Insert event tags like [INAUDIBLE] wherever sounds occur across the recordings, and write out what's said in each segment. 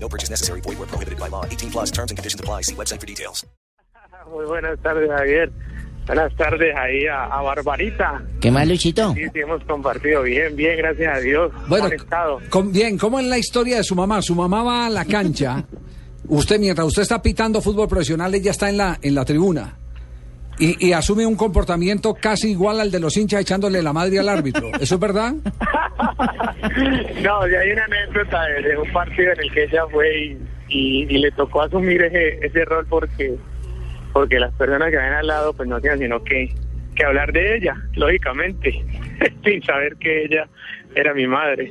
No purchase necessary. Void where prohibited by law. 18 plus terms and conditions apply. See website for details. Muy buenas tardes, Javier. Buenas tardes ahí a, a Barbarita. ¿Qué más, Luchito? Sí, sí, hemos compartido bien, bien, gracias a Dios. Bueno, Conectado. com- bien, ¿cómo es la historia de su mamá? Su mamá va a la [LAUGHS] cancha. Usted, mientras usted está pitando fútbol profesional, ella está en la, en la tribuna. Y, y asume un comportamiento casi igual al de los hinchas echándole la madre al árbitro. ¿Eso es verdad? No, ya hay una anécdota de, de un partido en el que ella fue y, y- y le tocó asumir ese, ese rol porque porque las personas que ven al lado pues no hacían sino que, que hablar de ella, lógicamente, [LAUGHS] sin saber que ella era mi madre.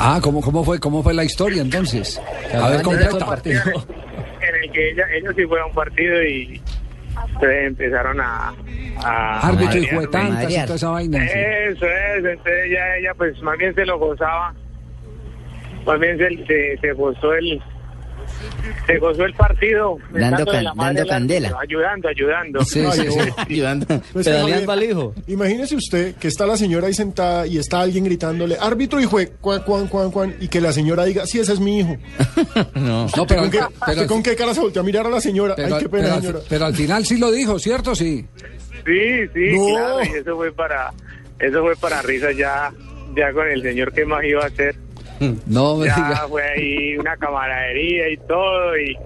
Ah, ¿cómo, cómo, fue, cómo fue la historia entonces? A ver, completa. En el que ella, ellos sí fue a un partido y entonces empezaron a... a [LAUGHS] Árbitro y Madrear, juetantas y madrear. toda esa vaina. sí. Eh, Eso es, entonces ella, ella pues más bien se lo gozaba, más bien se, se, se gozó el se gozó el partido Dando dándole can- la madre dando al árbitro, candela. ayudando, ayudando. Sí, sí, sí. [LAUGHS] Ayudando. Pues, Pedaleando Javier, al hijo. Imagínese usted que está la señora ahí sentada y está alguien gritándole, árbitro y juez, cuan, cuan, cuan, cuan, y que la señora diga, sí, ese es mi hijo. No, pero, ¿Con qué, pero- usted con qué cara se volteó a mirar a la señora? pero- Ay, qué pena, pero al- señora. pero al final sí lo dijo, ¿cierto? Sí. Sí, sí, No. claro, y eso fue para eso fue para risa ya ya con el señor que más iba a hacer. No me Ya Pues diga. fue ahí una camaradería y todo y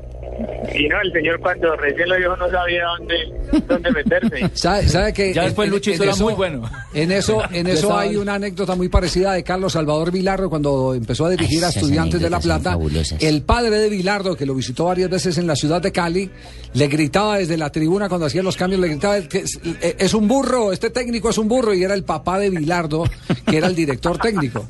y no, el señor cuando recién lo dijo no sabía dónde dónde meterse. ¿Sabe, sabe que Ya después Luchito era eso- muy bueno. En eso, [LAUGHS] en eso hay una anécdota muy parecida de Carlos Salvador Vilardo cuando empezó a dirigir Ay, a esas Estudiantes de La anécdotas son Plata. fabulosas. El padre de Vilardo, que lo visitó varias veces en la ciudad de Cali, le gritaba desde la tribuna cuando hacía los cambios, le gritaba que es, eh, es un burro, este técnico es un burro, y era el papá de Vilardo, que era el director técnico.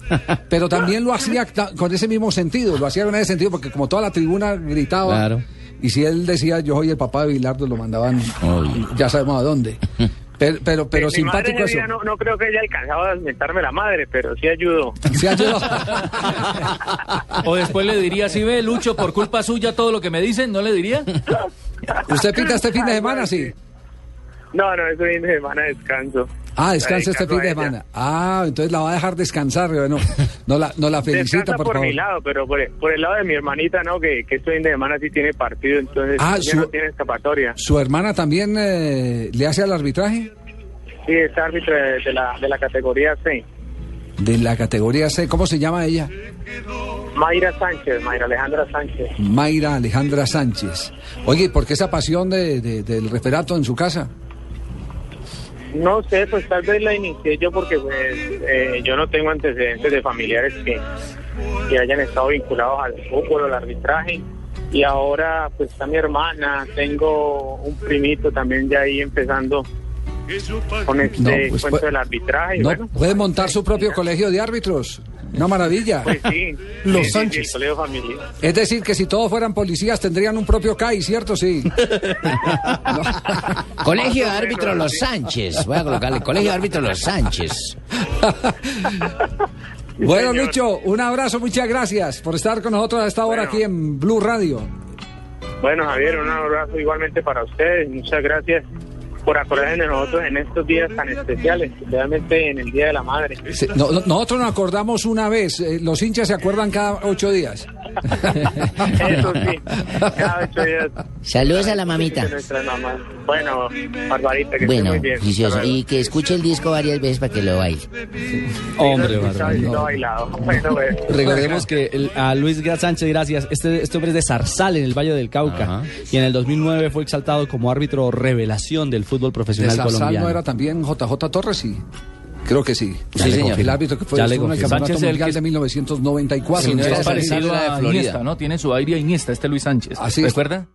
Pero también lo hacía ta- con ese mismo sentido, lo hacía con ese sentido, porque como toda la tribuna gritaba. Claro. Y si él decía yo soy el papá de Vilardo, lo mandaban ya sabemos a dónde. Pero, pero, pero Mi madre simpático ese eso. día [LAUGHS] No, no creo que haya alcanzado a mentarme la madre, pero sí ayudó. Se ha [LAUGHS] llevado. O después le diría, si ve, Lucho, por culpa suya todo lo que me dicen, ¿no le diría? ¿Usted pinta este fin de semana, sí? No, no, es un fin de semana de descanso. Ah, descansa La este fin de dedico a ella. semana. Ah, entonces la va a dejar descansar, bueno, no la, no la felicita, Descansa por, por favor. mi lado, pero por el, por el lado de mi hermanita, ¿no? Que, que este fin de semana sí tiene partido, entonces Ah, ya su- no tiene escapatoria. ¿Su hermana también eh, le hace al arbitraje? Sí, es árbitro de, de la, de la categoría C. De la categoría C, ¿cómo se llama ella? Mayra Sánchez, Mayra Alejandra Sánchez. Mayra Alejandra Sánchez. Oye, ¿y ¿por qué esa pasión de- de- del referato en su casa? No sé, pues tal vez la inicié yo porque pues, eh, yo no tengo antecedentes de familiares que, que hayan estado vinculados al fútbol o al arbitraje. Y ahora pues está mi hermana, tengo un primito también ya ahí empezando con No, este pues, cuento pues, del arbitraje. y No, bueno, puede montar su propio colegio de árbitros. Una maravilla. [LAUGHS] pues sí, Los sí, sí, sí, Sánchez. el colegio familiar. Es decir, que si todos fueran policías tendrían un propio CAI, ¿cierto? Sí. Ah, Colegio de Árbitro Los Sánchez. Voy a colocarle Colegio de Árbitro Los Sánchez. Bueno, señor. Lucho, un abrazo, muchas gracias por estar con nosotros a esta hora Bueno. aquí en Blue Radio. Bueno, Javier, un abrazo igualmente para ustedes. Muchas gracias por acordarse de nosotros en estos días tan especiales, especialmente en el Día de la Madre. Sí, no- no- nosotros nos acordamos una vez, eh, los hinchas se acuerdan cada ocho días. [LAUGHS] Eso sí, Ah, cada ocho días. Saludos a la mamita. De nuestras mamás. Bueno, Barbarita, que esté Bueno, muy bien. vicioso. Hasta luego. Y que escuche el disco varias veces para que lo baile. Hombre, Sí, bárbaro. no, no bailado. Bueno, pues, Recordemos que el- a Luis Gra- Sánchez, gracias, este, este hombre es de Zarzal en el Valle del Cauca Ajá. y en el 2009 fue exaltado como árbitro revelación del fútbol ¿De profesional Zarzal colombiano. no era también JJ Torres? Sí. Creo que sí. Ya le confirmo. El árbitro que fue Ya en le el confirmo. campeonato Sánchez, el mundial que- de 1994. Si no Entonces, es parecido era de a Florida. Iniesta, ¿no? Tiene su aire a Iniesta, este Luis Sánchez. Así es. ¿Recuerda?